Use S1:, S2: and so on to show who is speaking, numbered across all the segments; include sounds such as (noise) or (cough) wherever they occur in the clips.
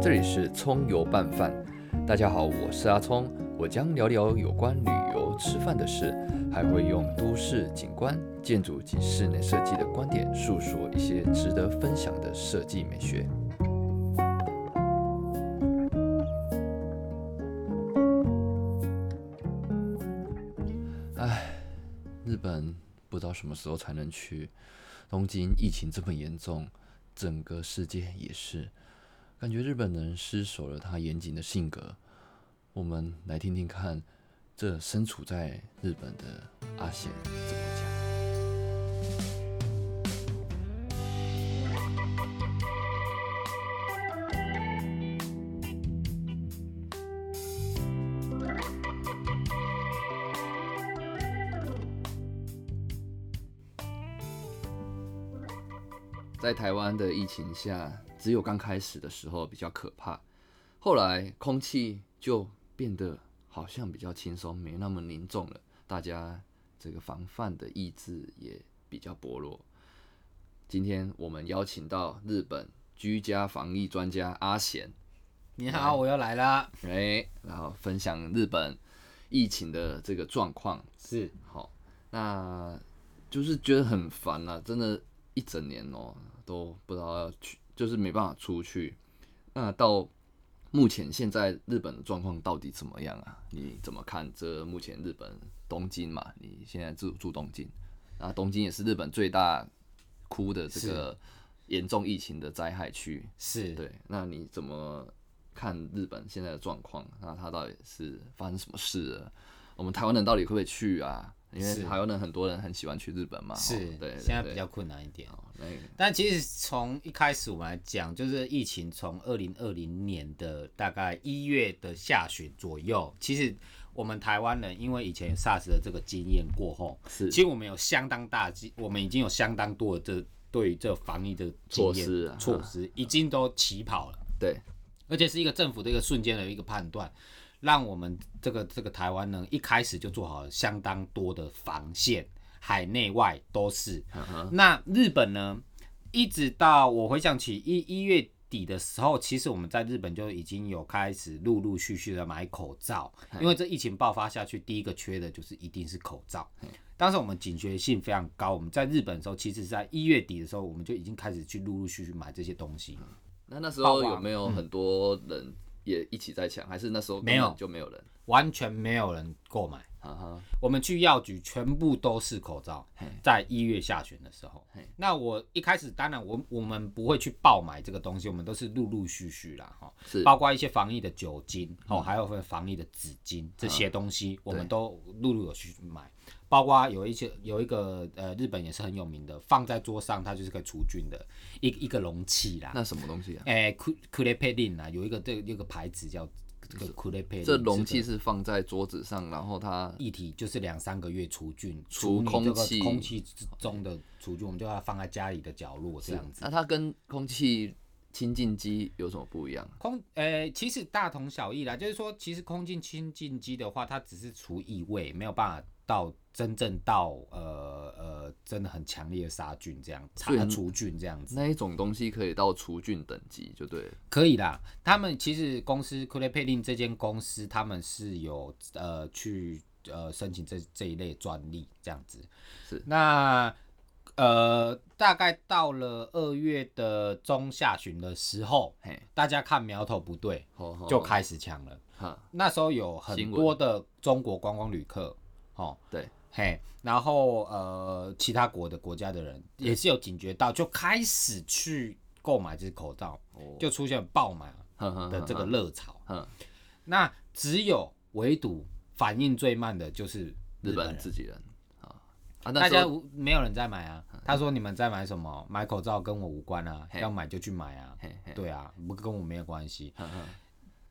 S1: 这里是葱油拌饭。大家好，我是阿葱，我将聊聊有关旅游、吃饭的事，还会用都市景观、建筑及室内设计的观点，诉说一些值得分享的设计美学。唉，日本不知道什么时候才能去。东京疫情这么严重，整个世界也是，感觉日本人失守了他严谨的性格。我们来听听看，这身处在日本的阿贤怎么讲。在台湾的疫情下，只有刚开始的时候比较可怕，后来空气就变得好像比较轻松，没那么凝重了，大家这个防范的意志也比较薄弱。今天我们邀请到日本居家防疫专家阿贤，
S2: 你好，我又来啦。
S1: 哎，然后分享日本疫情的这个状况。
S2: 是，
S1: 好，那就是觉得很烦啦、真的，一整年哦、都不知道要去，就是没办法出去。那到目前现在日本的状况到底怎么样啊？你怎么看这目前日本东京嘛？你现在住住东京，啊，东京也是日本最大窟的这个严重疫情的灾害区。
S2: 是，
S1: 对，那你怎么看日本现在的状况？那它到底是发生什么事了？我们台湾人到底会不会去啊？因为
S2: 是
S1: 台湾人很多人很喜欢去日本嘛，
S2: 是
S1: 哦对，对
S2: 现在
S1: 对
S2: 比较困难一点。
S1: 哦那个
S2: 但其实从一开始我们来讲，就是疫情从二零二零年的大概一月的下旬左右，其实我们台湾人因为以前有 SARS 的这个经验过后，
S1: 是
S2: 其实我们有相当大的经，我们已经有相当多的这对于这防疫的经
S1: 措
S2: 验
S1: 施啊
S2: 措施嗯已经都起跑了。
S1: 对
S2: 而且是一个政府的一个瞬间的一个判断，让我们这个这个台湾呢，一开始就做好了相当多的防线，海内外都是。那日本呢，一直到我回想起一一月底的时候，其实我们在日本就已经有开始陆陆续续的买口罩，因为这疫情爆发下去，第一个缺的就是一定是口罩。当时我们警觉性非常高，我们在日本的时候，其实在一月底的时候，我们就已经开始去陆陆续续买这些东西。
S1: 那那时
S2: 爆
S1: 候
S2: 啊
S1: 有没有很多人也一起在抢？还是那时候根
S2: 没有
S1: 本就没有人？
S2: 完全没有人购买。
S1: 哈哈，
S2: 我们去药局全部都是口罩
S1: 嘿，
S2: 在一月下旬的时候
S1: 嘿。
S2: 那我一开始当然我我们不会去爆买这个东西，我们都是陆陆续续啦哈，
S1: 是嗯
S2: 包括一些防疫的酒精哦，还有份防疫的纸巾这些东西，我们都陆陆有续去买。包括有一些有一个呃日本也是很有名的，放在桌上它就是可以除菌的一一个容器啦。
S1: 那什么东西啊？
S2: 哎，库库雷佩林啊，有一个这有一个牌子叫这个库雷佩林，
S1: 这容器是放在桌子上，然后它
S2: 议题就是两三个月除菌，
S1: 除
S2: 你这个
S1: 空气
S2: 空气之中的除菌，我们就要放在家里的角落这样子。
S1: 那它跟空气清净机有什么不一样？
S2: 空呃，其实大同小异啦，就是说，其实空气清净机的话，它只是除异味，没有办法到真正到呃呃，真的很强烈的杀菌这样，
S1: 所以
S2: 杀除菌这样子。
S1: 那一种东西可以到除菌等级，就对了。
S2: 可以啦，他们其实公司 c l e p e l i n 这间公司，他们是有呃去呃申请这这一类专利这样子。
S1: 是
S2: 那呃，大概到了二月的中下旬的时候，
S1: 嘿，
S2: 大家看苗头不对，
S1: 好好
S2: 就开始抢了。
S1: 哈，
S2: 那时候有很
S1: 新闻
S2: 多的中国观光旅客，哦，
S1: 对，
S2: 嘿，然后呃，其他国的国家的人也是有警觉到，就开始去购买这口罩，
S1: 哦
S2: 就出现爆买。的
S1: 的
S2: 这个，热潮。
S1: 嗯，
S2: 那只有唯独反应最慢的就是
S1: 日
S2: 本
S1: 本
S2: 人，
S1: 自己人啊啊，
S2: 大
S1: 那时
S2: 家
S1: 候
S2: 无没有人在买啊。他说你们在买什么？买口罩跟我无关啊，
S1: 嘿
S2: 要买就去买啊。
S1: 嘿嘿，
S2: 对啊，不跟我没有关系。
S1: 嗯嗯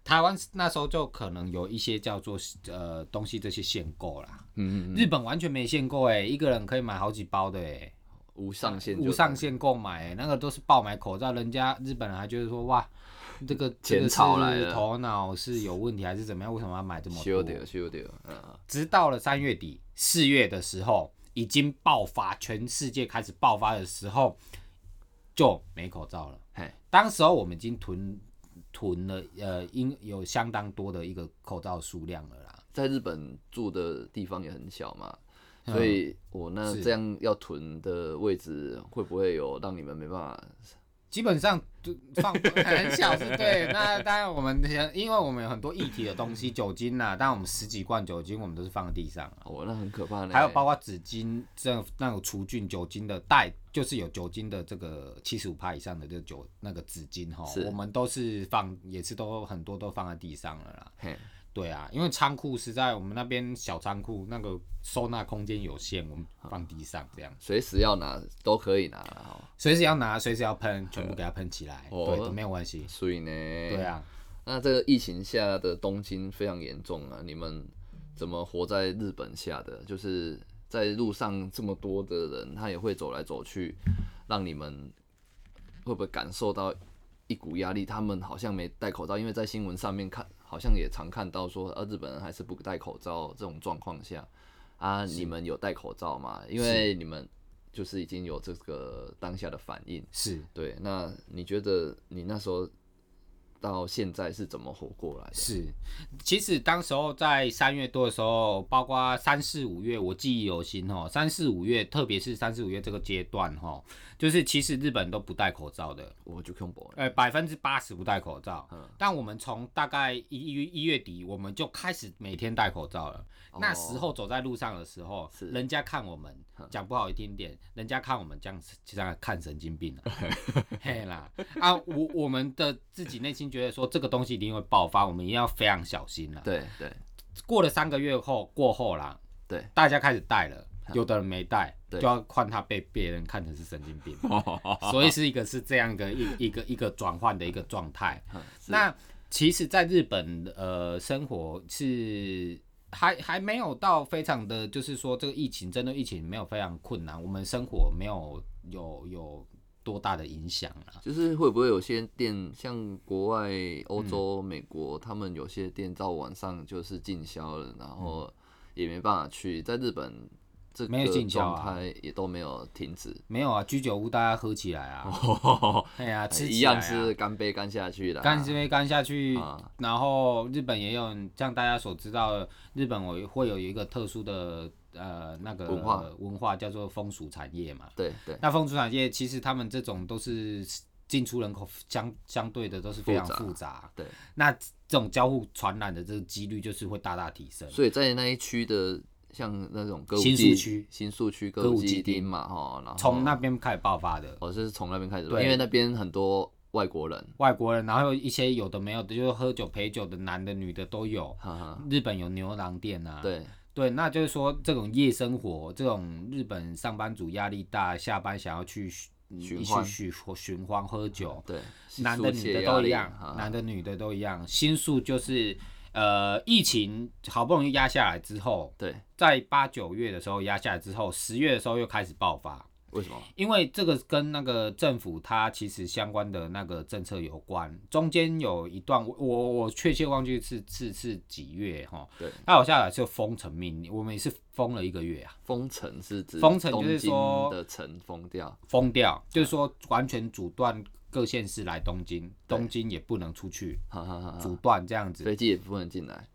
S2: 台湾那时候就可能有一些叫做呃东西这些限购啦，
S1: 嗯嗯，
S2: 日本完全没限购哎、一个人可以买好几包的哎、
S1: 无上限就
S2: 无上限购买、那个都是爆买口罩，人家日本人还觉得说哇，
S1: (laughs)
S2: 这个这
S1: 钱
S2: 个
S1: 潮来
S2: 是
S1: 了
S2: 头脑是有问题还是怎么样？为什么要买这么多？
S1: 修掉修掉，嗯嗯
S2: 直到了三月底、四月的时候，已经爆发，全世界开始爆发的时候，就没口罩了。
S1: 嘿，
S2: 当时候我们已经囤囤了呃，应有相当多的一个口罩数量了啦。
S1: 在日本住的地方也很小嘛，所以我那
S2: 嗯是
S1: 这样要囤的位置会不会有让你们没办法？
S2: 基本上就放很小是对，那当然我们因为我们有很多液体的东西，酒精呐、当然我们十几罐酒精我们都是放在地上啊，
S1: 哦，那很可怕呢。
S2: 还有包括纸巾这样那种除菌酒精的袋，就是有酒精的这个七十五帕以上的这个酒那个纸巾哈
S1: 是，
S2: 我们都是放也是都很多都放在地上了啦。
S1: 嘿，
S2: 对啊，因为仓库是在我们那边小仓库，那个收纳空间有限，我们放地上这样，
S1: 随时要拿都可以拿哦啦
S2: 随时要拿，随时要喷，全部给它喷起来，
S1: 哦
S2: 对，都没有关系
S1: 哦。。所以呢，
S2: 对啊，
S1: 那这个疫情下的东京非常严重啊，你们怎么活在日本下的？就是在路上这么多的人，他也会走来走去，让你们会不会感受到一股压力？他们好像没戴口罩，因为在新闻上面看，好像也常看到说，呃、日本人还是不戴口罩这种状况下啊，你们有戴口罩吗？因为你们就是已经有这个当下的反应。
S2: 是
S1: 对，那你觉得你那时候到现在是怎么活过来的？
S2: 是，其实当时候在三月多的时候，包括三四五月，我记忆犹新哦。三四五月，特别是三四五月这个阶段哈，就是其实日本都不戴口罩的，
S1: 我就恐怖了。
S2: 呃，百分之八十不戴口罩。但我们从大概一一一月底，我们就开始每天戴口罩了。那时候走在路上的时候，
S1: 哦是
S2: 人家看我们，讲不好听点，人家看我们这样子就像看神
S1: (laughs)
S2: 经病了、啊嘿啦，啊，我我们的自己内心觉得说这个东西一定会爆发，我们一定要非常小心了、啊
S1: 对对
S2: 过了三个月后过后啦， (laughs)
S1: 对，
S2: 大家开始戴了，有的人没戴，
S1: 对
S2: 就要换他被别人看成是神经
S1: (laughs)
S2: 病，所以是一个是这样一个一一个一个转换的一个状态。
S1: 嗯
S2: 那其实，在日本呃生活是。还还没有到非常的，就是说这个疫情针对疫情没有非常困难，我们生活没有有有多大的影响啊。
S1: 就是会不会有些店，像国外、欧洲、
S2: 嗯
S1: 美国，他们有些店到晚上就是禁销了，
S2: 嗯
S1: 然后也没办法去。在日本，这
S2: 没有
S1: 个
S2: 禁销
S1: 状
S2: 啊
S1: 态也都没有停
S2: (laughs)
S1: 止，
S2: 没有啊，居酒屋大家喝起来啊， (laughs) 哎呀、吃
S1: 哦一
S2: 起来
S1: 样
S2: 啊
S1: 是干杯干下去的、啊。
S2: 干这边干下去，
S1: 啊
S2: 然后日本也有像大家所知道的，日本我会有一个特殊的呃那个
S1: 文化
S2: 文化叫做风俗产业嘛。
S1: 对对，
S2: 那风俗产业其实他们这种都是进出人口相相对的都是非常
S1: 复杂
S2: 复杂，啊
S1: 对
S2: 那这种交互传染的这个几率就是会大大提升。
S1: 所以在那一区的，像那种歌舞
S2: 新宿
S1: 伎
S2: 区
S1: 新宿区歌
S2: 歌
S1: 舞
S2: 舞
S1: 伎
S2: 伎町
S1: 町嘛，哈，然后
S2: 从那边开始爆发的，
S1: 我是从那边开始，因
S2: 对
S1: 为那边很多外国人，
S2: 外国人，然后一些有的没有的，就是喝酒陪酒的，男的女的都有。
S1: 哈哈，
S2: 日本有牛郎店啊，
S1: 啊对，
S2: 对，那就是说这种夜生活，这种日本上班族压力大，下班想要去嗯
S1: 寻
S2: 一
S1: 欢啊
S2: 去寻寻欢喝酒，
S1: 对，
S2: 男的
S1: 疏
S2: 女
S1: 解
S2: 的
S1: 压
S2: 都
S1: 力
S2: 一样，
S1: 哈
S2: 男的女的都一样。新宿就是呃，疫情好不容易压下来之后，
S1: 对，
S2: 在八九月的时候压下来之后，十月的时候又开始爆发。
S1: 为什么？
S2: 因为这个跟那个政府它其实相关的那个政策有关，中间有一段我我我确切忘记是是是几月哈，
S1: 对，
S2: 那我下来就封城命令，我们也是封了一个月啊，
S1: 封城是指
S2: 封城就
S1: 东
S2: 是
S1: 京
S2: 说
S1: 的城封掉，
S2: 封掉，就是说完全阻断各县市来东京，东京也不能出去，
S1: 哈哈哈
S2: 阻
S1: 哈，
S2: 断这样子。
S1: 飞机也不能进来，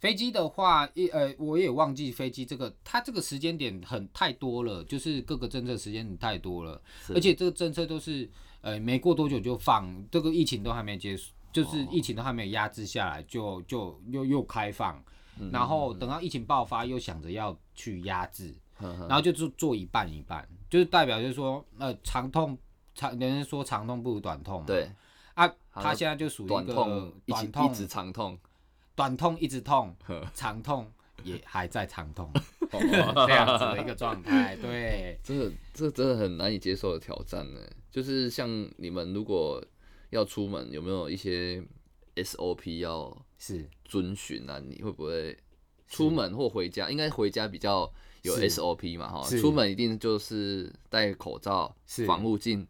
S2: 飞机的话，一呃，我也忘记飞机这个，它这个时间点很太多了，就是各个政策时间点太多了，
S1: 是
S2: 而且这个政策都是呃没过多久就放，这个疫情都还没结束，就是疫情都还没有压制下来，就就又又开放，
S1: 嗯
S2: 然后等到疫情爆发又想着要去压制，
S1: 哈哈，
S2: 然后就做做一半一半，就是代表就是说呃长痛长，人家说长痛不如短痛嘛，
S1: 对，
S2: 啊，
S1: 好
S2: 他现在就属于一
S1: 短
S2: 个
S1: 痛一
S2: 短
S1: 直
S2: 痛
S1: 一直长痛，
S2: 短痛一直痛，长痛也还在长痛，这样子的一个状态。对，
S1: 这个这真的很难以接受的挑战呢。就是像你们如果要出门，有没有一些 SOP 要
S2: 是
S1: 遵循啊？你会不会出门或回家？应该回家比较有
S2: 是
S1: SOP 嘛，哈。
S2: 是
S1: 出门一定就是戴口罩、
S2: 是
S1: 防护镜，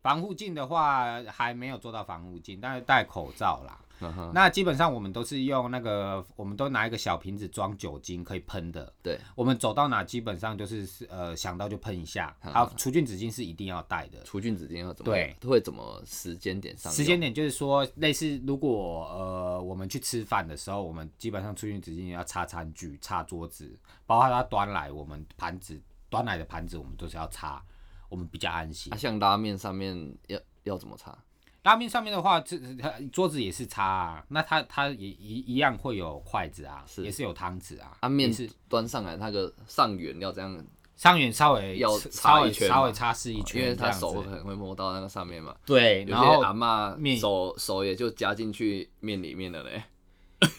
S2: 防护镜的话还没有做到防护镜，但是戴口罩啦。
S1: 嗯哼
S2: 那基本上我们都是用那个，我们都拿一个小瓶子装酒精可以喷的。
S1: 对，
S2: 我们走到哪基本上就是呃想到就喷一下。啊，除菌纸巾是一定要带的。
S1: 除菌纸巾要怎么
S2: 对
S1: 会怎么时间点上用？
S2: 时间点就是说，类似如果呃我们去吃饭的时候，我们基本上出去纸巾要擦餐具、擦桌子，包括它端来我们盘子端来的盘子，我们都是要擦，我们比较安心
S1: 啊，。像拉面上面要要怎么擦？
S2: 拉面上面的话，这它桌子也是擦啊，那它它也一一样会有筷子啊，
S1: 是
S2: 也是有汤匙啊，
S1: 啊，面
S2: 也是
S1: 端上来那个上缘要这样，
S2: 上远稍微
S1: 要擦
S2: 稍微
S1: 一圈嘛
S2: 稍微擦拭一圈
S1: 因
S2: 这
S1: 为
S2: 样子，
S1: 他手可能会摸到那个上面嘛。
S2: 对，
S1: 有
S2: 然
S1: 些
S2: 后
S1: 阿嬷
S2: 面
S1: 手手也就夹进去面里面了嘞，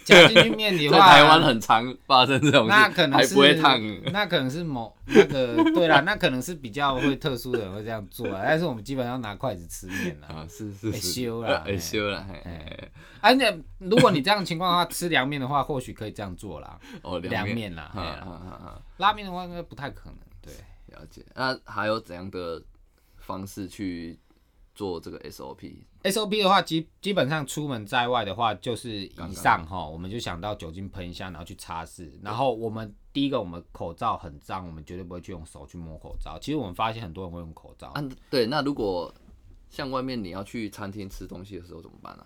S2: 夹进去面里
S1: (laughs)
S2: 的
S1: 在
S2: 话，
S1: 台湾很常发生这种事，
S2: 啊那可能
S1: 还
S2: 是
S1: 不会烫。
S2: (laughs) 那可能是某那个对啦，那可能是比较会特殊的人会这样做啊，但是我们基本上拿筷子吃面啦。
S1: 啊，是是
S2: 会
S1: 是，呃
S2: 修啦
S1: 会
S2: 嘿
S1: 修啦，嘿
S2: 哎
S1: 嘿
S2: 而且如果你这样情况的话，吃凉面的话，或许可以这样做啦，
S1: 嘿哦，
S2: 凉
S1: 面，
S2: 面啦，
S1: 啊
S2: 嘿
S1: 啊
S2: 啦
S1: 啊啊，
S2: 拉面的话应该不太可能。对，
S1: 了解。那还有怎样的方式去做这个 SOP？
S2: SOP 的话，基基本上出门在外的话，就是
S1: 刚刚
S2: 以上哈，我们就想到酒精喷一下，然后去擦拭。然后我们第一个，我们口罩很脏，我们绝对不会去用手去摸口罩。其实我们发现很多人会用口罩，
S1: 啊，对，那如果像外面你要去餐厅吃东西的时候怎么办啊？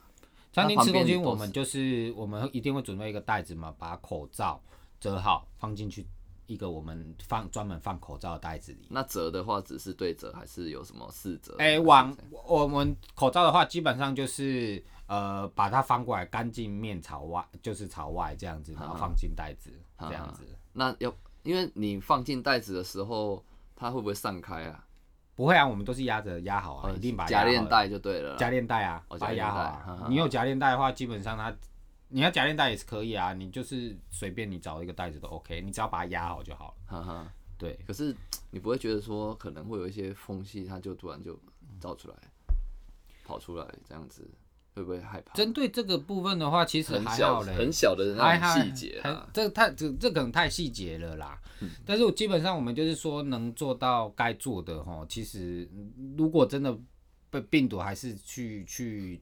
S2: 餐厅吃东
S1: 那旁
S2: 西
S1: 边
S2: 我们就是我们一定会准备一个袋子嘛，把口罩折好放进去一个我们放专门放口罩的袋子里。
S1: 那折的话，只是对折，还是有什么四折？
S2: 哎、往我们口罩的话，基本上就是呃把它翻过来，干净面朝外，就是朝外这样子，
S1: 嗯
S2: 然后放进袋子、
S1: 啊
S2: 这样子。
S1: 那要因为你放进袋子的时候，它会不会散开啊？
S2: 不会啊，我们都是压着压好啊，一定把它压
S1: 哦夹
S2: 好
S1: 链带就对了啦。
S2: 夹链带啊，
S1: 哦
S2: 把它压好
S1: 夹链带哈哈
S2: 啊。你有夹链带的话，基本上它你要夹链带也是可以啊，你就是随便你找一个袋子都 OK，你只要把它压好就好了。
S1: 哈哈。
S2: 对。
S1: 可是你不会觉得说可能会有一些缝隙，它就突然就照出来，跑出来这样子，会不会害怕？
S2: 针对这个部分的话，其实
S1: 很
S2: 还
S1: 小
S2: 好嘞，
S1: 很小的那
S2: 还
S1: 种
S2: 好
S1: 细节嗯
S2: 很
S1: 啊。
S2: 这太这这可能太细节了啦。但是我基本上我们就是说能做到该做的哈。其实嗯如果真的被病毒还是去去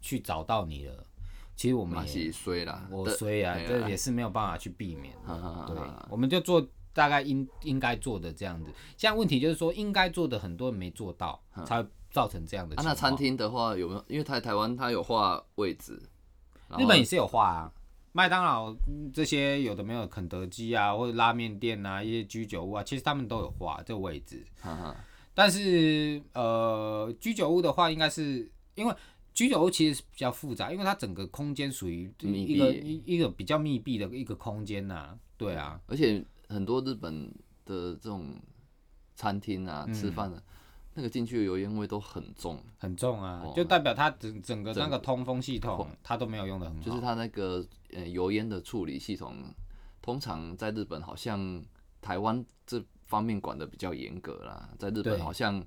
S2: 去找到你了，其实我
S1: 马
S2: 们也
S1: 戏衰啦，
S2: 我
S1: 对
S2: 虽然
S1: 哎呀
S2: 这也是没有办法去避免。
S1: (laughs) 哈哈
S2: 对
S1: 哈，
S2: 我们就做大概应应该做的这样子。现在问题就是说应该做的很多人没做到，才会造成这样的
S1: 啊，
S2: 情
S1: 那
S2: 况。
S1: 餐厅的话有没有？因为台台湾它有画位置，然后
S2: 日本也是有画啊，麦当劳嗯这些有的没有，肯德基啊，或者拉面店啊，一些居酒屋啊，其实他们都有画这个位置。
S1: 哈哈，
S2: 但是呃，居酒屋的话，应该是因为居酒屋其实是比较复杂，因为它整个空间属于
S1: 密闭
S2: 一个一一个比较密闭的一个空间呐、对啊，
S1: 而且很多日本的这种餐厅啊，
S2: 嗯
S1: 吃饭的，那个进去的油烟味都很重，
S2: 很重啊，
S1: 哦
S2: 就代表它整整个
S1: 整
S2: 那个通风系统它都没有用的很好。
S1: 就是它那个呃油烟的处理系统，通常在日本好像台湾这方面管的比较严格啦，在日本
S2: 对
S1: 好像，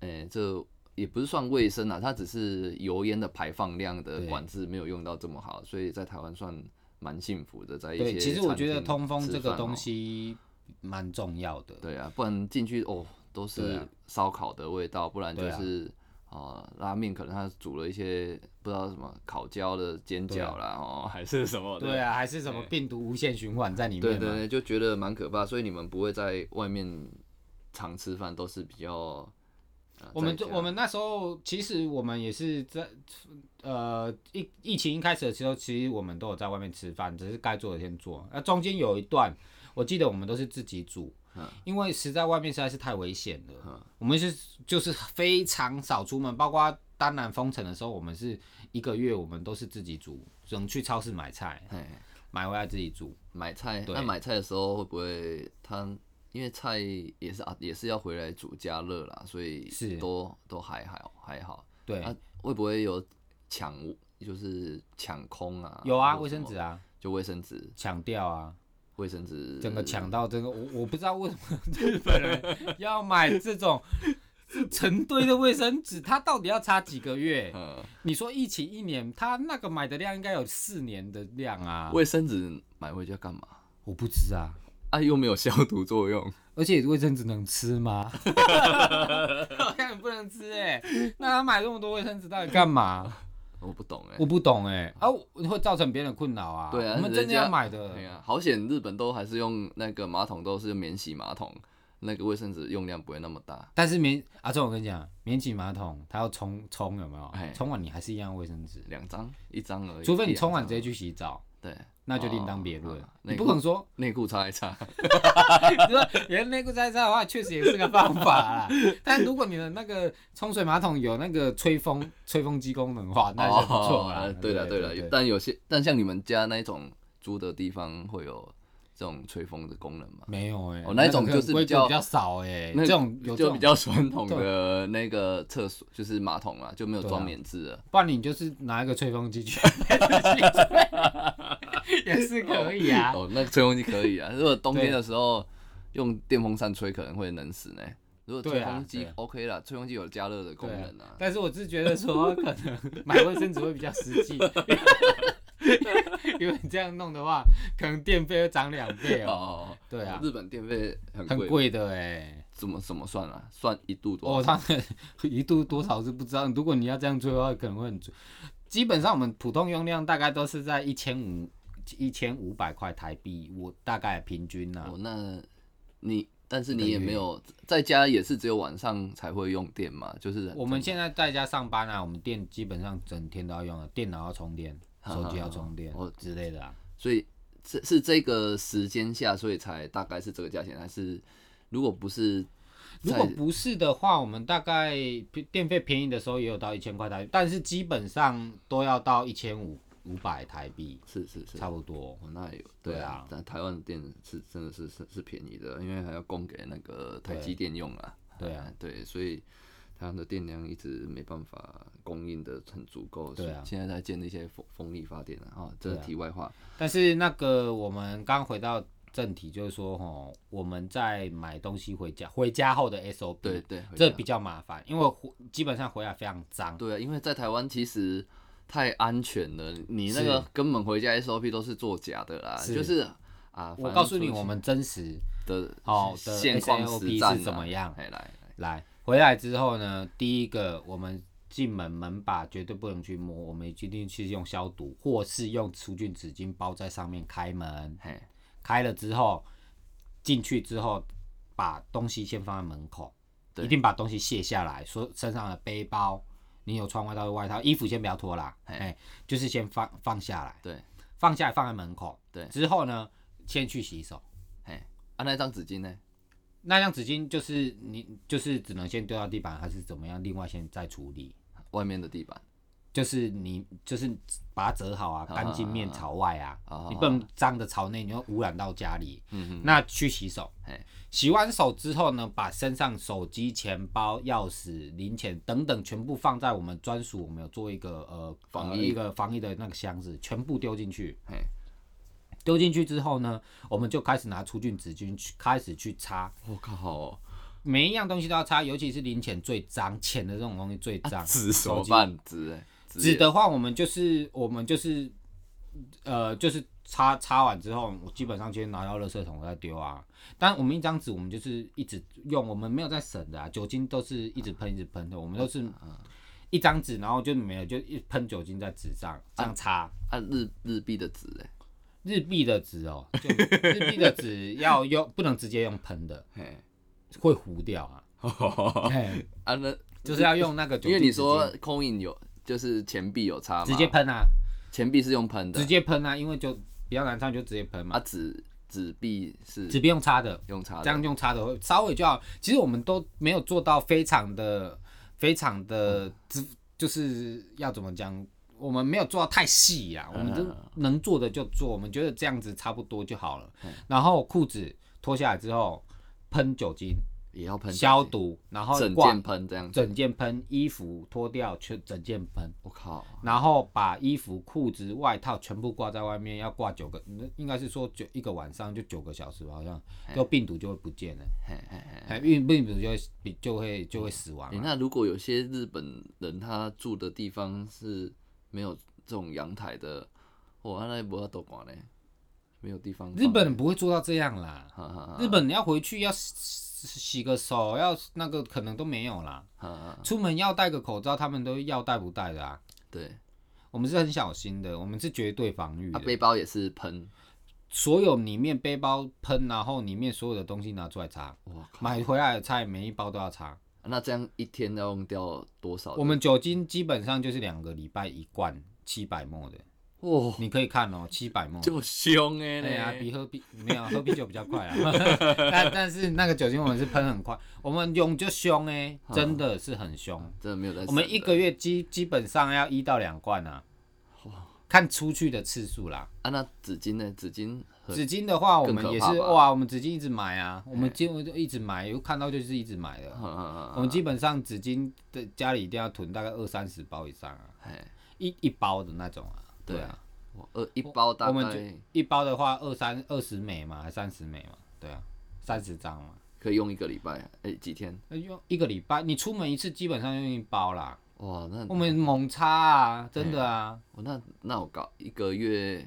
S1: 呃，这也不是算卫生啦，它只是油烟的排放量的
S2: 对
S1: 管制没有用到这么好，所以在台湾算蛮幸福的，在一些
S2: 对，其实我
S1: 餐
S2: 觉得
S1: 厅
S2: 通风
S1: 吃
S2: 这个
S1: 饭哦
S2: 东西蛮重要的。
S1: 对啊，不然进去哦都
S2: 对
S1: 是
S2: 啊
S1: 烧烤的味道，不然就
S2: 对啊
S1: 是啊、呃拉面可能它煮了一些不知道什么烤焦的煎
S2: 对啊
S1: 饺啦哦，还是什么的。
S2: 对啊，还是什么
S1: 对嗯
S2: 病毒无限循环在里面
S1: 对
S2: 嘛？
S1: 对对，就觉得蛮可怕，所以你们不会在外面常吃饭，都是比较。呃
S2: 我们
S1: 在
S2: 就
S1: 家
S2: 我们那时候，其实我们也是在呃疫疫情一开始的时候，其实我们都有在外面吃饭，只是该做的先做。那中间有一段，我记得我们都是自己煮，
S1: 嗯
S2: 因为实在外面实在是太危险了。我们是就是非常少出门，包括当然封城的时候，我们是一个月我们都是自己煮，只能去超市买菜，
S1: 嘿
S2: 买回来自己煮。
S1: 买菜，
S2: 对
S1: 那买菜的时候会不会它因为菜也是啊，也是要回来煮加热啦，所以
S2: 是
S1: 都都还好还好。
S2: 对，
S1: 啊，会不会有抢物，就是抢空啊？
S2: 有啊，
S1: 或
S2: 卫
S1: 者什
S2: 生
S1: 么
S2: 纸啊，
S1: 就卫生纸，
S2: 抢掉啊。
S1: 卫生纸
S2: 整个抢到这个，我我不知道为什么 (laughs) 日本人要买这种成堆的卫生纸，他到底要擦几个月？
S1: 呃，
S2: 你说疫情一年，他那个买的量应该有四年的量啊！
S1: 卫生纸买回家干嘛？
S2: 我不知啊，
S1: 啊，又没有消毒作用， (laughs)
S2: 而且卫生纸能吃吗？ (laughs) 好像不能吃哎、那他买这么多卫生纸到底干嘛？
S1: 我不懂哎、
S2: 我不懂哎、啊，我会造成别人的困扰啊。
S1: 对啊
S2: 我们真
S1: 人
S2: 的
S1: 家
S2: 要买的，
S1: 对啊，好险日本都还是用那个马桶都是免洗马桶，那个卫生纸用量不会那么大。
S2: 但是免阿忠，我跟你讲，免洗马桶它要冲冲有没有
S1: 哎？
S2: 冲完你还是一样卫生纸，
S1: 两张，一张而已。
S2: 除非你冲完直接
S1: 接
S2: 去洗澡，
S1: 对
S2: 那就另当别
S1: 哦
S2: 论
S1: 啊。
S2: 你
S1: 内
S2: 不
S1: 裤
S2: 可能说，
S1: 内裤擦一擦，
S2: 你说人内裤塞塞的话，确实也是个方法啦。但如果你的那个冲水马桶有那个吹风吹风机功能的话， (laughs) 那就不错啦
S1: 哦。对
S2: 了
S1: 了对了，
S2: 了，
S1: 但有些但像你们家那种租的地方会有这种吹风的功能吗？
S2: 没有哎，
S1: 哦那一种就是
S2: 规
S1: 比
S2: 格
S1: 较
S2: 比较少哎，
S1: 那
S2: 这种有这
S1: 就
S2: 种
S1: 比较传统
S2: 这种
S1: 的那个厕所，就是马桶啊，就没有
S2: 对啊
S1: 装棉质的。
S2: 不然你就是拿一个吹风机去也是可以啊。
S1: 哦，那吹风机可
S2: (laughs)
S1: 以啊。如果冬天的时候用电风扇吹，可能会冷死呢。如果
S2: 对
S1: 吹
S2: 啊
S1: 风机
S2: 对
S1: OK 啦，吹风机有加热的功
S2: 对
S1: 能啊。
S2: 但是我是觉得说，可能买卫生纸会比较实际，因为你这样弄的话，可能电费会涨两倍哦。
S1: 哦，
S2: 对啊
S1: 日本电费哦很
S2: 很
S1: 贵，
S2: 贵的哎、
S1: 怎么怎么算啊？算一度多
S2: 哦，
S1: 少？
S2: 它的一度多少是不知道。如果你要这样追的话，可能会很追。基本上我们普通用量大概都是在一千五、一千五百块台币，我大概平均啊呢、
S1: 哦，那你但是
S2: 一
S1: 你
S2: 个
S1: 也
S2: 月
S1: 没有在家，也是只有晚上才会用电嘛？就是
S2: 我们现在在家上班啊，我们电基本上整天都要用啊，电脑要充电，
S1: 好
S2: 手机要充电
S1: 好好好
S2: 之类的啊。
S1: 所以这是这个时间下，所以才大概是这个价钱，还是如果不是
S2: 如
S1: 在
S2: 果不是的话，我们大概电费便宜的时候也有到一千块台币，但是基本上都要到一千五五百台币，
S1: 是是是
S2: 差不多。
S1: 哦，那有
S2: 对
S1: 对
S2: 啊
S1: 但台湾的电是真的是是是便宜的，因为还要供给那个台积电用啊。
S2: 对啊
S1: 哎，对，所以台湾的电量一直没办法供应的很足够。
S2: 对啊
S1: 所以现在在建那些风风力发电啊，啊，这是
S2: 对啊
S1: 题外话。
S2: 但是那个我们刚回到正题，就是说吼，我们在买东西回家，回家后的 SOP，
S1: 对对，回
S2: 这
S1: 家
S2: 比较麻烦，因为回基本上回来非常脏。
S1: 对啊，因为在台湾其实太安全了，你那
S2: 是
S1: 个根本回家 SOP 都是作假的啦，
S2: 是
S1: 就是啊，反
S2: 我
S1: 正
S2: 告诉你，
S1: 出去
S2: 我们真实
S1: 的
S2: 哦的
S1: 现况
S2: SOP
S1: 实战
S2: 是怎么样
S1: 哎来，来
S2: 来，回来之后呢，第一个我们进门门把绝对不能去摸，我们一定是用消毒或是用除菌纸巾包在上面开门。
S1: 嘿，
S2: 开了之后，进去之后把东西先放在门口，
S1: 对
S2: 一定把东西卸下来，说身上的背包，你有穿外套的外套，衣服先不要脱啦，
S1: 嘿
S2: 哎，就是先放放下来，
S1: 对，
S2: 放下来放在门口。
S1: 对
S2: 之后呢，先去洗手。
S1: 嘿，啊，那张纸巾呢？
S2: 那张纸巾就是你就是只能先丢到地板，还是怎么样？另外先再处理，
S1: 外面的地板。
S2: 就是你就是把它折好啊，
S1: 啊
S2: 干净面朝外啊，
S1: 啊
S2: 你不能脏的朝内，你会污染到家里。
S1: 嗯哼，
S2: 那去洗手
S1: 嘿，
S2: 洗完手之后呢，把身上手机、钱包、钥匙、零钱等等全部放在我们专属，我们有做一个呃
S1: 防
S2: 呃
S1: 疫
S2: 一个防疫的那个箱子，全部丢进去。
S1: 嘿，
S2: 丢进去之后呢，我们就开始拿除菌纸巾去开始去擦，
S1: 我靠，
S2: 每一样东西都要擦，尤其是零钱最脏，钱的这种东西最脏。
S1: 啊纸怎
S2: 手
S1: 么
S2: 机
S1: 办？纸欸
S2: 纸
S1: 也
S2: 的话，我们就是我们就是呃，就是擦擦完之后，我基本上先拿到垃圾桶再丢啊。但我们一张纸，我们就是一直用，我们没有在省的啊，酒精都是一直喷一直喷的，我们都是
S1: 嗯
S2: 一张纸，然后就没有就一喷酒精在纸上这样擦。
S1: 啊，日日币的纸哎，
S2: 日币的纸哦，就日币的纸要用，不能直接用喷的，
S1: 嘿，
S2: (laughs) 会糊掉啊。嘿
S1: 啊那
S2: 就是要用那个酒
S1: 因
S2: 精
S1: 为
S2: 纸巾，
S1: 你说 coin 有就是钱币有差嘛，
S2: 直接喷啊，
S1: 钱币是用喷的
S2: 直，接喷啊，因为就比较难擦，你就直接喷嘛
S1: 啊，纸纸币是
S2: 纸不用擦的，
S1: 用擦的，
S2: 这样用擦的会稍微就好。其实我们都没有做到非常的、非常的，
S1: 嗯
S2: 只就是要怎么讲，我们没有做到太细
S1: 嗯
S2: 啊，我们就能做的就做，我们觉得这样子差不多就好了。
S1: 嗯
S2: 然后裤子脱下来之后，喷酒精
S1: 也要喷酒精
S2: 消，毒，然后
S1: 整
S2: 挂
S1: 件喷这样子，
S2: 整件喷，衣服脱掉全整件喷。
S1: 我靠，
S2: 然后把衣服、裤子、外套全部挂在外面，要挂九个，应该是说九一个晚上就九个小时吧，好像，就病毒就会不见了，
S1: 嘿嘿嘿。
S2: 哎，病病毒就会比就会就会死亡
S1: 诶
S2: 了。
S1: 那如果有些日本人他住的地方是没有这种阳台的，哦，啊那不要多管嘞，没有地方放。
S2: 日本人不会做到这样啦，
S1: 哈哈哈，
S2: 日本人要回去要洗洗个手，要那个可能都没有啦，
S1: 哈哈，
S2: 出门要戴个口罩，他们都要戴不戴的啊。
S1: 对，
S2: 我们是很小心的，我们是绝对防御
S1: 啊，
S2: 的。
S1: 背包也是喷，
S2: 所有里面背包喷，然后里面所有的东西拿出来擦，
S1: 哇靠！
S2: 买回来的菜每一包都要擦。
S1: 啊那这样一天要用掉多少的？
S2: 我们酒精基本上就是两个礼拜一罐七百沫的，
S1: 哇，
S2: 你可以看哦，七百沫。
S1: 就凶哎
S2: 对啊，
S1: 嘞！
S2: 比喝啤没有喝啤酒比较快啊， (laughs) 但但是那个酒精我们是喷很快，我们用就凶哎、真的是很凶。
S1: 真的没有在省的。
S2: 我们一个月基基本上要一到两罐啊，看出去的次数啦。
S1: 啊，那纸巾呢？纸巾 (laughs) 很
S2: 纸巾的话，我
S1: 更
S2: 们
S1: 可
S2: 也
S1: 怕
S2: 是
S1: 吧哎
S2: 哇，我们纸巾一直买啊，我们几乎就一直买，有看到就是一直买的。
S1: 嗯嗯
S2: 我们基本上纸巾的家里一定要囤大概二三十包以上啊，
S1: 哎，
S2: 一一包的那种啊。
S1: 对
S2: 对啊，
S1: 我呃一包大
S2: 我们
S1: 概
S2: 一包的话二三二十枚嘛，还三十枚嘛，对啊，三十张嘛，
S1: 可以用一个礼拜，哎、几天？
S2: 那用一个礼拜，你出门一次基本上用一包啦。
S1: 哇，那
S2: 我们猛擦啊，真的啊，
S1: 我那那我搞一个月，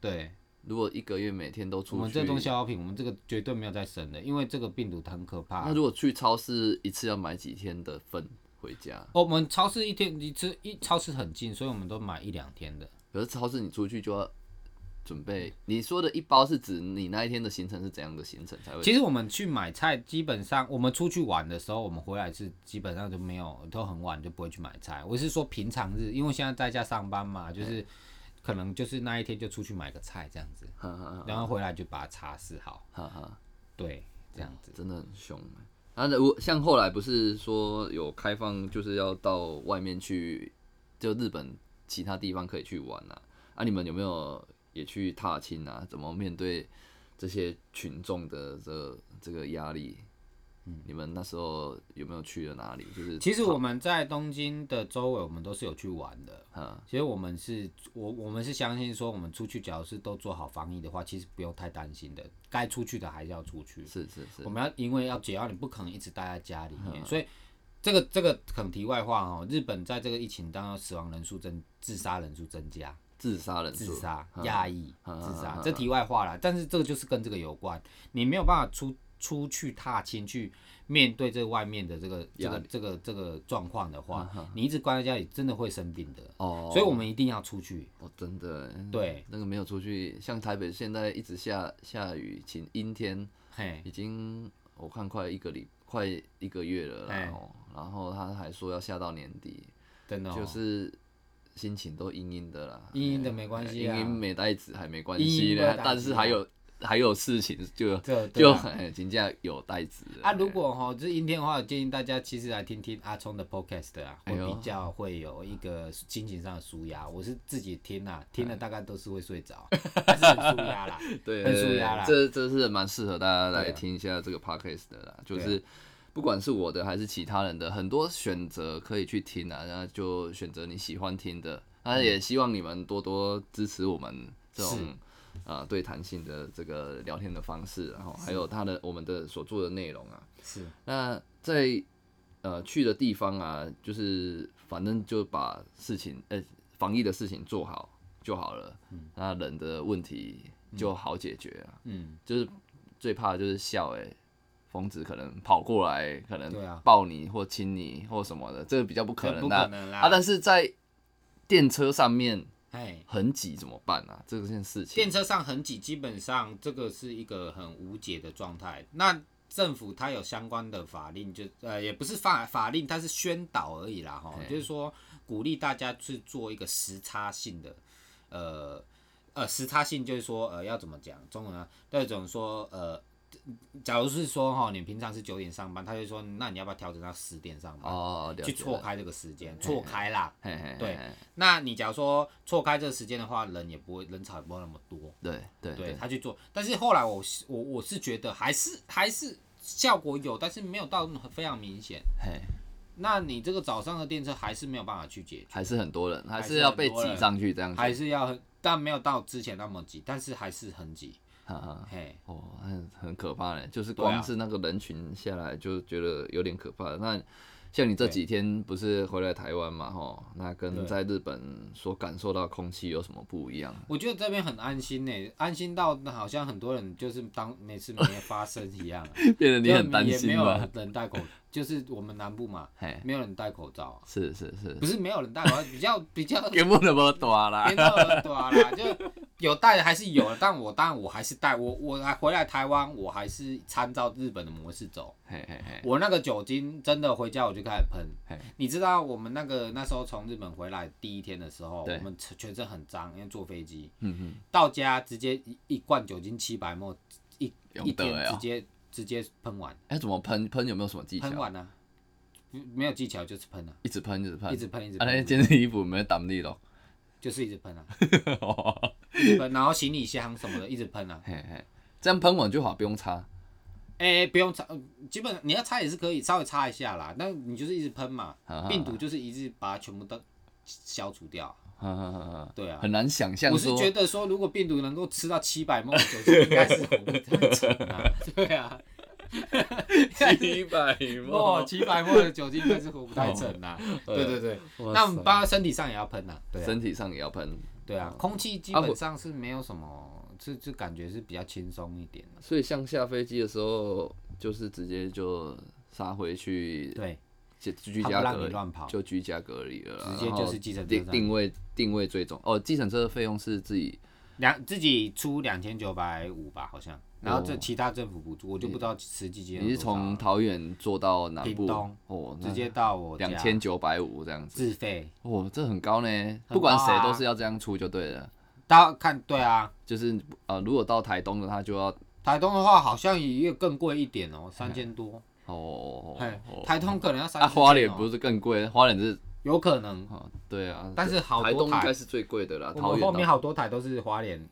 S2: 对。
S1: 如果一个月每天都出
S2: 我
S1: 去，
S2: 们这种消耗品，我们这个绝对没有在省的，因为这个病毒它很可怕
S1: 那。如果去超市一次要买几天的份回家？
S2: 我们超市一天一次一超市很近，所以我们都买一两天的。
S1: 可是超市你出去就要准备，你说的一包是指你那一天的行程是怎样的行程才会？
S2: 其实我们去买菜，基本上我们出去玩的时候，我们回来是基本上就没有，都很晚就不会去买菜。我是说平常日，因为现在在家上班嘛，就是可能就是那一天就出去买个菜这样子，
S1: 哈哈
S2: 然后回来就把它擦拭好，
S1: 哈哈，
S2: 对，这样子。
S1: 真的很凶。啊，那我像后来不是说有开放，就是要到外面去，就日本其他地方可以去玩啊。啊，你们有没有也去踏青啊？怎么面对这些群众的这这个压力？你们那时候有没有去了哪里？就是
S2: 其实我们在东京的周围，我们都是有去玩的。
S1: 啊，
S2: 其实我们是，我我们是相信说，我们出去假如是都做好防疫的话，其实不用太担心的，该出去的还是要出去。
S1: 是是是嗯
S2: 我，们要因为要解药，你不可能一直待在家里面，所以这个这个很题外话哦。日本在这个疫情当中，死亡人数增，自杀人数增加，
S1: 自杀人数
S2: 自杀、压抑、
S1: 嗯
S2: 自杀
S1: 嗯，
S2: 这题外话啦。但是这个就是跟这个有关，你没有办法出出去踏青去面对这外面的这个这
S1: 压嗯
S2: 个这个这个状况的话，你一直关在家里，真的会生病的。
S1: 哦，
S2: 所以我们一定要出去。
S1: 哦，真的耶，
S2: 对
S1: 那个没有出去，像台北现在一直下下雨，晴阴天，
S2: 嘿，
S1: 已经我看快一个礼快一个月了啦
S2: 哎
S1: 哦，然后他还说要下到年底，
S2: 真的、哦，
S1: 就是心情都阴阴的啦，
S2: 阴阴的没关
S1: 哎
S2: 系
S1: 阴
S2: 啊
S1: 阴美代子还没关
S2: 阴
S1: 系
S2: 阴
S1: 呢
S2: 没，代
S1: 但
S2: 子
S1: 是
S2: 啊
S1: 还有还有事情就
S2: 这对
S1: 就
S2: 啊
S1: 很请假有代子了
S2: 啊，如果哈、这阴天的话，建议大家其实来听听阿聪的 podcast 啊，
S1: 哎
S2: 会
S1: 呦
S2: 比较会有一个心情上的舒压。我是自己听啊，听
S1: 哎
S2: 了大概都是会睡着， (laughs) 还是很舒
S1: (laughs)
S2: 压啦。
S1: 对，
S2: 很
S1: 对
S2: 舒
S1: 对
S2: 压啦
S1: 这这是蛮适合大家来
S2: 对啊
S1: 听一下这个 podcast 的啦，就
S2: 对啊
S1: 是不管是我的还是其他人的，很多选择可以去听啊，然后就选择你喜欢听的。那
S2: 嗯
S1: 也希望你们多多支持我们这种啊、对谈性的这个聊天的方式，然后还有他的我们的所做的内容啊。
S2: 是，
S1: 那在呃去的地方啊，就是反正就把事情呃防疫的事情做好就好了，那人的问题就好解决啊。
S2: 嗯，
S1: 就是最怕的就是笑哎、疯子可能跑过来，可能
S2: 对啊
S1: 抱你或亲你或什么的，这个比较不可能
S2: 不
S1: 的
S2: 可能啦。
S1: 啊。但是在电车上面
S2: 哎，
S1: 很挤怎么办啊？这件事情
S2: 电车上很挤，基本上这个是一个很无解的状态。那政府它有相关的法令就，呃也不是法法令，它是宣导而已啦，哈，就是说鼓励大家去做一个时差性的，呃呃时差性就是说呃要怎么讲中文啊？那种说呃。假如是说哈，你平常是九点上班，他就说那你要不要调整到十点上班，
S1: 哦，了解
S2: 去错开这个时间，错开啦。
S1: 嘿嘿嘿
S2: 对
S1: 嘿
S2: 那你假如说错开这个时间的话，人也不会人潮也不会那么多。
S1: 对对
S2: 对
S1: 对，
S2: 他去做。但是后来我是我我是觉得还是还是效果有，但是没有到非常明显。
S1: 嘿，
S2: 那你这个早上的电车还是没有办法去解决，
S1: 还是很多人，还
S2: 还
S1: 是
S2: 是
S1: 要
S2: 很
S1: 被
S2: 多
S1: 挤
S2: 人
S1: 上去这样子，
S2: 还是要很，但没有到之前那么挤，但是还是很挤。
S1: 哈哈。
S2: 嘿，
S1: 哦，很很可怕嘞，就是
S2: 对
S1: 光
S2: 啊
S1: 是那个人群下来就觉得有点可怕。那像你这几天不是回来台湾嘛，吼，那跟
S2: 对
S1: 在日本所感受到空气有什么不一
S2: (laughs)
S1: 样？
S2: 我觉得这边很安心呢、安心到好像很多人就是当每次没发生一样、啊，
S1: (laughs) 变得你很担
S2: 也没
S1: 心
S2: 有
S1: 吧？
S2: 人戴口就是我们南部嘛，
S1: 嘿，
S2: 没有人戴口罩啊，
S1: 是是是
S2: 不，是没有人戴口罩，比较比较
S1: 根本就无大啦
S2: 没。到对啊啦，就有带的还是有的，但我当然我还是带我我还回来台湾，我还是参照日本的模式走。
S1: 嘿嘿嘿，
S2: 我那个酒精真的回家我就开始喷
S1: 嘿，
S2: 你知道我们那个那时候从日本回来第一天的时候，
S1: 对
S2: 我们全身很脏，因为坐飞机
S1: 嗯
S2: 到家直接一一罐酒精七百沫，一
S1: 用
S2: 一
S1: 得
S2: 天
S1: 了
S2: 直接直接喷完
S1: 哼，，哎，怎么喷喷有没有什么技巧
S2: 喷？完啊，没有技巧就是喷啊，
S1: 一直喷一直喷，
S2: 一直喷一直
S1: 啊，那
S2: 喷，
S1: 件衣服没有挡力咯。
S2: 就是一直
S1: (laughs)
S2: 喷啊，
S1: 嘿
S2: 一直喷，然后行李箱什么的一直喷啊。
S1: 嘿，这样喷完就好，不用擦。
S2: 哎、不用擦，呃基本上你要擦也是可以，稍微擦一下啦。那你就是一直喷嘛，
S1: 啊
S2: 病毒就是一直把它全部都消除掉。
S1: 哈哈哈哈
S2: 对啊，
S1: 很难想象
S2: 我是
S1: 说，
S2: (laughs) 觉得说，如果病毒能够吃到七百梦酒精，应该是很很准
S1: (laughs)
S2: 啊。对啊，
S1: 七百
S2: 哦，，七百梦的酒精应该是活不太成啦、对对对，那我们
S1: 把
S2: 包括身体上也要喷呐、对啊，
S1: 哦身体哦上也要喷，
S2: 对啊，空气基本上是没有什么，是是感觉是比较轻松一点的。
S1: 所以像下飞机的时候，就是直接就杀回去
S2: 对，
S1: 就居
S2: 他不
S1: 家
S2: 让
S1: 隔
S2: 你
S1: 离，
S2: 乱跑。
S1: 就居家隔离了啦，
S2: 直接
S1: 然后
S2: 就是计程车
S1: 定
S2: 上
S1: 定位定位追踪哦，计程车的费用是自己
S2: 两自己出两千九百五吧，好像，然后这
S1: 哦
S2: 其他政府补助，我就不知道实际金额
S1: 你是
S2: 多少
S1: 从
S2: 了
S1: 桃园坐到南部
S2: 屏东
S1: 哦，
S2: 直接到我家
S1: 两千九百五这样子，
S2: 自费
S1: 哦，这很高呢，
S2: 高啊
S1: 不管谁都是要这样出就对了，
S2: 到看对啊，
S1: 就是呃，如果到台东的他就要哦
S2: 台东的话好像也更贵一点哦，三千多，
S1: 哦
S2: 嘿，
S1: 哦，
S2: 台东可能要三
S1: 啊，
S2: 千，哦
S1: 花莲不是更贵，花莲是
S2: 有可能，
S1: 哦，对啊，
S2: 但是好
S1: 台东
S2: 多
S1: 应
S2: 台
S1: 该，是最贵的啦，
S2: 我
S1: 桃
S2: 们
S1: 园哦
S2: 后
S1: 的
S2: 面好多台都是花莲，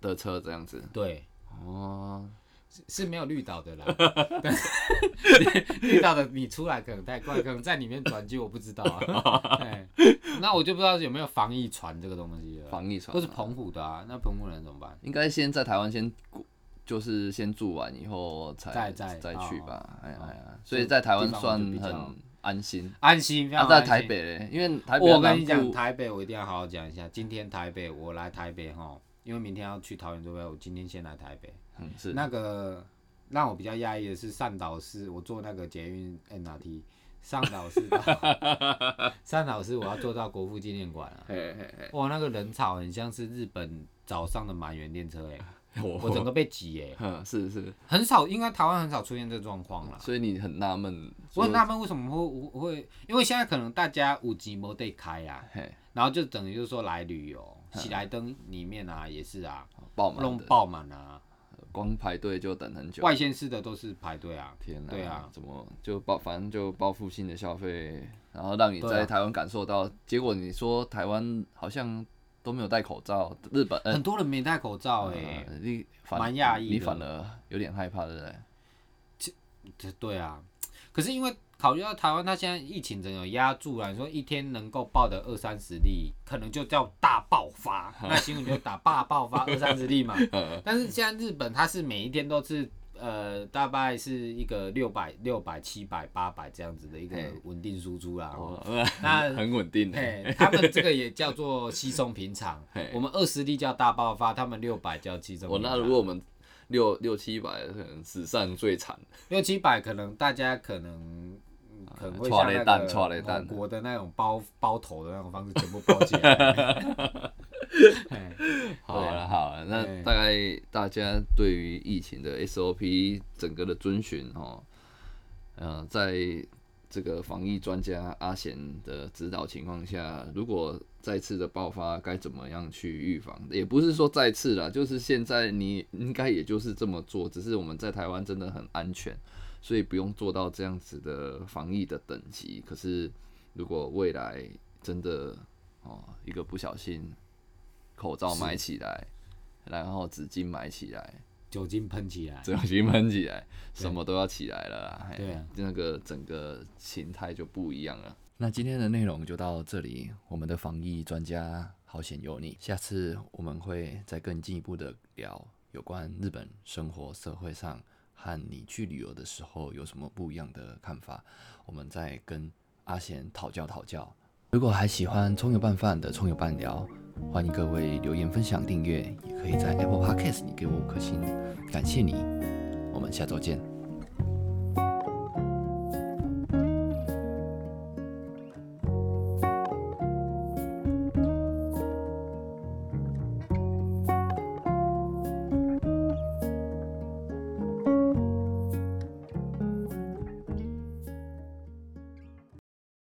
S1: 的车这样子
S2: 对，
S1: 哦，
S2: 是是没有绿
S1: (laughs)
S2: 岛的啦，绿岛的你出来可能太怪，可能在里面转机我不知道啊，
S1: (laughs)
S2: 嘿那我就不知道有没有防疫船这个东西了。
S1: 防疫船
S2: 都是澎湖的啊，那澎湖人怎么办？
S1: 应该先在台湾先过就是先住完以后才
S2: 再再
S1: 去
S2: 哦
S1: 吧，哎呀
S2: 哦
S1: 哎呀，所以在台湾
S2: 地方
S1: 算
S2: 就比较
S1: 很安心。
S2: 安心，非
S1: 啊，
S2: 常
S1: 在
S2: 安心
S1: 台。北嘞，因为台北
S2: 我跟你
S1: 南
S2: 讲，
S1: 部
S2: 台北我一定要好好讲一下。今天台北，我来台北哈，因为明天要去桃园这边，我今天先来台北。
S1: 嗯是
S2: 那个让我比较压抑的是上岛市，我坐那个捷运 MRT 上岛市
S1: (laughs)
S2: 到上岛市，我要坐到国父纪念馆啊。
S1: 嘿嘿嘿，
S2: 哇，那个人潮很像是日本早上的满员电车哎、 (laughs) 我整
S1: 我
S2: 个被挤哎、
S1: (laughs) 嗯是是，
S2: 很少，应该台湾很少出现这状况啦。
S1: 所以你很纳闷，
S2: 我很
S1: 说
S2: 纳闷为什么会会，因为现在可能大家五级没得开啊，
S1: 嘿
S2: 然后就等于就是说来旅游，喜来登里面啊也是啊，
S1: 爆满
S2: 弄
S1: 嗯的，
S2: 爆满啊，
S1: 光排队就等很久。
S2: 外县市的都是排队啊，
S1: 天哪，
S2: 对啊，
S1: 怎么就报反正就报复性的消费，然后让你
S2: 对啊
S1: 在台湾感受到，结果你说台湾好像都没有戴口罩，日本嗯
S2: 很多人没戴口罩哎、
S1: 呃你反
S2: 蛮讶异的
S1: 你反而有点害怕，对不对？嗯
S2: 对对啊，可是因为考虑到台湾它现在疫情整个压住了，你说一天能够报的二三十例，可能就叫大爆发，
S1: 嗯
S2: 那新闻就打大
S1: (laughs)
S2: 爆发二三十例嘛。但是现在日本它是每一天都是呃大概是一个六百六百七百八百这样子的一个
S1: 嘿
S2: 稳定输出啦。
S1: 哦，
S2: (laughs) 那
S1: (laughs) 很稳定的，
S2: 嘿，哎他们这个也叫做稀松平
S1: (laughs)
S2: 常
S1: 嘿。
S2: 我们二十例叫大爆发，他们六百叫稀松
S1: 哎我
S2: 平
S1: 那
S2: 常。
S1: 如果我们六六七百，可能史上最惨。
S2: 六七百，可能大家可能嗯可能会
S1: 啊错
S2: 像
S1: 雷
S2: 那
S1: 弹错啊
S2: 个
S1: 雷
S2: 某
S1: 弹
S2: 国的那种包包头的那种方式，全部包起
S1: (laughs)
S2: 来。嘿
S1: 好了好了，那
S2: 对啊
S1: 大概大家对于疫情的 SOP 整个的遵循哦，呃，在这个防疫专家阿贤的指导情况下，如果再次的爆发，该怎么样去预防？也不是说再次啦，就是现在你应该也就是这么做，只是我们在台湾真的很安全，所以不用做到这样子的防疫的等级。可是如果未来真的哦，一个不小心口罩买起来，然后纸巾买起来， (laughs)
S2: 酒精喷起来，
S1: 纸巾喷起来，什么都要起来了啦。嘿哎
S2: 对啊，
S1: 那个整个形态就不一样了。那今天的内容就到这里，我们的防疫专家好险有你，下次我们会再更进一步的聊有关日本生活社会上和你去旅游的时候有什么不一样的看法，我们再跟阿贤讨教讨教。如果还喜欢葱油拌饭的葱油拌聊，欢迎各位留言分享、订阅，也可以在 Apple Podcast 里给我五颗星，感谢你，我们下周见。